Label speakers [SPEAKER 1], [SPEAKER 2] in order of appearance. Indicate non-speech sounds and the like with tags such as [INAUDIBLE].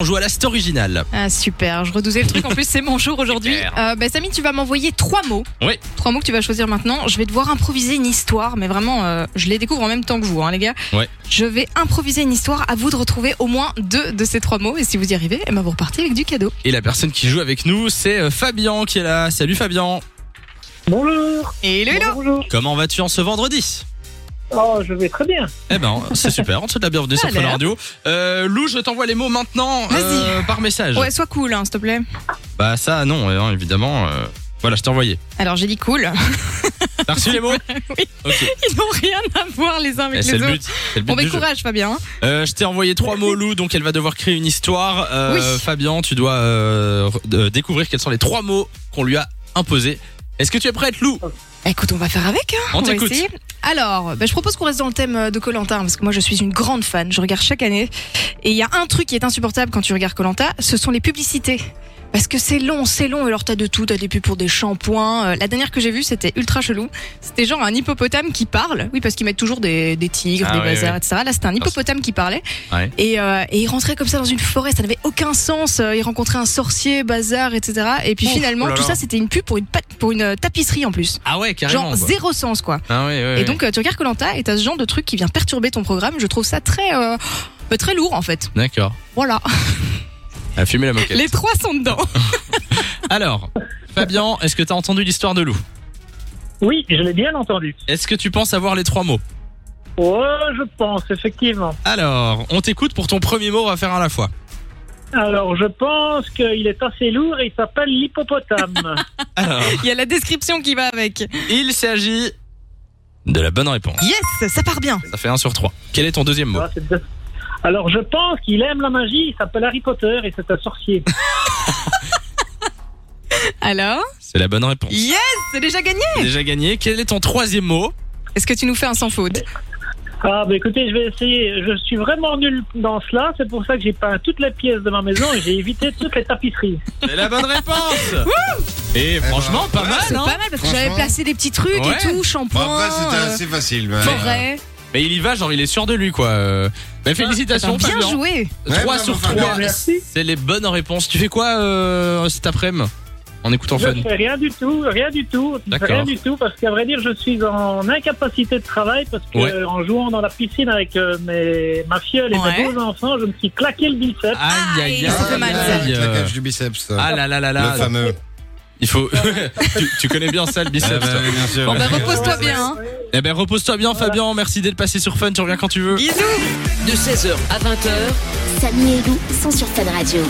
[SPEAKER 1] On joue à la story originale.
[SPEAKER 2] Ah, super, je redoutais le truc.
[SPEAKER 1] [LAUGHS]
[SPEAKER 2] En plus, c'est mon jour aujourd'hui.
[SPEAKER 1] Super.
[SPEAKER 2] Euh, bah, Samy, tu vas m'envoyer trois mots.
[SPEAKER 1] Oui.
[SPEAKER 2] Trois mots que tu vas choisir maintenant. Je vais devoir improviser une histoire, mais vraiment, euh, je les découvre en même temps que vous, hein, les gars.
[SPEAKER 1] Ouais.
[SPEAKER 2] Je vais improviser une histoire. À vous de retrouver au moins deux de ces trois mots. Et si vous y arrivez, eh ben, vous repartez avec du cadeau.
[SPEAKER 1] Et la personne qui joue avec nous, c'est euh, Fabien qui est là. Salut Fabien.
[SPEAKER 3] Bonjour.
[SPEAKER 2] Et le hello
[SPEAKER 3] Bonjour.
[SPEAKER 1] Comment vas-tu en ce vendredi
[SPEAKER 3] Oh, je vais très bien.
[SPEAKER 1] Eh ben,
[SPEAKER 2] [LAUGHS]
[SPEAKER 1] c'est super. On te souhaite la bienvenue sur
[SPEAKER 2] Ça a l'air.
[SPEAKER 1] Fun Radio. Euh, Lou, je t'envoie les mots maintenant
[SPEAKER 2] Vas-y.
[SPEAKER 1] euh, par message.
[SPEAKER 2] Ouais, sois cool, hein, s'il te plaît.
[SPEAKER 1] Bah ça, non, euh, hein, évidemment. euh, Voilà, je t'ai envoyé.
[SPEAKER 2] Alors, j'ai dit cool. [LAUGHS]
[SPEAKER 1] T'as reçu les mots
[SPEAKER 2] Oui.
[SPEAKER 1] Ok.
[SPEAKER 2] Ils n'ont rien à voir les uns
[SPEAKER 1] Eh,
[SPEAKER 2] avec
[SPEAKER 1] C'est
[SPEAKER 2] les
[SPEAKER 1] le
[SPEAKER 2] autres.
[SPEAKER 1] but. C'est le but
[SPEAKER 2] Bon, bah,
[SPEAKER 1] du jeu.
[SPEAKER 2] courage, Fabien. hein.
[SPEAKER 1] Euh, je t'ai envoyé trois mots, Lou, donc elle va devoir créer une histoire. Euh,
[SPEAKER 2] Oui.
[SPEAKER 1] Fabien, tu dois euh, re- euh, découvrir quels sont les trois mots qu'on lui a imposés. Est-ce que tu es prête, Lou
[SPEAKER 2] Bah, écoute, on va faire avec. hein.
[SPEAKER 1] On
[SPEAKER 2] va
[SPEAKER 1] t'écoute.
[SPEAKER 2] essayer. Alors, bah, je propose qu'on reste dans le thème euh, de Colantin parce que moi je suis une grande fan, je regarde chaque année et il y a un truc qui est insupportable quand tu regardes Colanta, ce sont les publicités. Parce que c'est long, c'est long, alors t'as de tout, t'as des pubs pour des shampoings. Euh, la dernière que j'ai vue, c'était ultra chelou. C'était genre un hippopotame qui parle. Oui, parce qu'ils mettent toujours des, des tigres,
[SPEAKER 1] Ah
[SPEAKER 2] des
[SPEAKER 1] oui,
[SPEAKER 2] bazars,
[SPEAKER 1] oui.
[SPEAKER 2] etc. Là, c'était un hippopotame qui parlait.
[SPEAKER 1] Ouais.
[SPEAKER 2] Et, euh, et il rentrait comme ça dans une forêt, ça n'avait aucun sens. Euh, Il rencontrait un sorcier, bazar, etc. Et puis
[SPEAKER 1] Ouf,
[SPEAKER 2] finalement,
[SPEAKER 1] oh là
[SPEAKER 2] tout
[SPEAKER 1] là.
[SPEAKER 2] ça, c'était une pub pour une, pâte- pour une euh, tapisserie en plus.
[SPEAKER 1] Ah ouais,
[SPEAKER 2] Genre
[SPEAKER 1] carrément. quoi.
[SPEAKER 2] zéro sens quoi.
[SPEAKER 1] Ah ouais, ouais,
[SPEAKER 2] Et
[SPEAKER 1] ouais.
[SPEAKER 2] donc euh, tu regardes Colanta et t'as ce genre de truc qui vient perturber ton programme. Je trouve ça très euh, bah, très lourd en fait.
[SPEAKER 1] D'accord.
[SPEAKER 2] Voilà.
[SPEAKER 1] À fumer la moquette.
[SPEAKER 2] Les trois sont dedans. [LAUGHS]
[SPEAKER 1] Alors, Fabien, est-ce que t'as entendu l'histoire de Lou
[SPEAKER 3] Oui, je l'ai bien entendu.
[SPEAKER 1] Est-ce que tu penses avoir les trois mots
[SPEAKER 3] Oh, je pense, effectivement.
[SPEAKER 1] Alors, on t'écoute pour ton premier mot, on va faire un à la fois.
[SPEAKER 3] Alors, je pense qu'il est assez lourd et il s'appelle l'hippopotame.
[SPEAKER 1] Alors,
[SPEAKER 2] Il y a la description qui va avec.
[SPEAKER 1] [LAUGHS] il s'agit de la bonne réponse.
[SPEAKER 2] Yes, ça part bien.
[SPEAKER 1] Ça fait 1 sur 3. Quel est ton deuxième mot
[SPEAKER 3] Ah, c'est bien. Alors, je pense qu'il aime la magie, il s'appelle Harry Potter et c'est un sorcier.
[SPEAKER 2] Alors
[SPEAKER 1] C'est la bonne réponse.
[SPEAKER 2] Yes, c'est déjà gagné.
[SPEAKER 1] Déjà gagné. Quel est ton troisième mot
[SPEAKER 2] Est-ce que tu nous fais un sans faute
[SPEAKER 3] Ah, bah écoutez, je vais essayer. Je suis vraiment nul dans cela, c'est pour ça que j'ai peint toutes les pièces de ma maison et j'ai évité toutes les tapisseries.
[SPEAKER 1] C'est la bonne [LAUGHS] réponse Et franchement, pas
[SPEAKER 2] Ah,
[SPEAKER 1] mal,
[SPEAKER 2] C'est
[SPEAKER 1] hein
[SPEAKER 2] pas mal parce que
[SPEAKER 4] Franchement.
[SPEAKER 2] j'avais placé des petits trucs
[SPEAKER 1] Ouais.
[SPEAKER 2] et tout,
[SPEAKER 4] Bon,
[SPEAKER 2] shampoing,
[SPEAKER 4] après, c'était
[SPEAKER 2] euh,
[SPEAKER 4] assez facile. mais-
[SPEAKER 2] forêt.
[SPEAKER 1] Mais il y va, genre il est sûr de lui, quoi. Euh, bah,
[SPEAKER 2] Attends,
[SPEAKER 1] félicitations,
[SPEAKER 2] bien
[SPEAKER 1] Fabien.
[SPEAKER 2] joué.
[SPEAKER 1] 3
[SPEAKER 4] Ouais,
[SPEAKER 1] sur
[SPEAKER 4] bravo,
[SPEAKER 1] 3.
[SPEAKER 4] Fabien.
[SPEAKER 3] Merci.
[SPEAKER 1] C'est les bonnes réponses. Tu fais quoi euh, cet après-midi en écoutant
[SPEAKER 3] Je
[SPEAKER 1] Fun
[SPEAKER 3] fais rien du tout, rien du tout,
[SPEAKER 1] D'accord.
[SPEAKER 3] rien du tout, parce qu'à vrai dire, je suis en incapacité de travail parce que
[SPEAKER 1] Ouais.
[SPEAKER 3] euh, en jouant dans la piscine avec euh, mes, ma fiole et
[SPEAKER 2] Ouais.
[SPEAKER 3] mes deux enfants, je me suis claqué le biceps.
[SPEAKER 1] Aïe,
[SPEAKER 2] Aïe,
[SPEAKER 1] aïe,
[SPEAKER 2] Ah, ça fait
[SPEAKER 1] aïe,
[SPEAKER 2] mal,
[SPEAKER 1] aïe,
[SPEAKER 2] ça.
[SPEAKER 1] aïe.
[SPEAKER 4] Le claquage du biceps.
[SPEAKER 1] Ah là là là là.
[SPEAKER 4] le fameux.
[SPEAKER 1] Il faut. [LAUGHS] tu, tu connais Ah, bien ça, le biceps. toi.
[SPEAKER 4] bien sûr.
[SPEAKER 2] Bon bah
[SPEAKER 4] Ouais.
[SPEAKER 2] repose-toi bien. hein.
[SPEAKER 1] Eh ben, repose-toi bien, Fabien. Merci d'être passé sur Fun. Tu reviens quand tu veux.
[SPEAKER 2] Bisous.
[SPEAKER 5] Samy et Lou sont sur Fan Radio.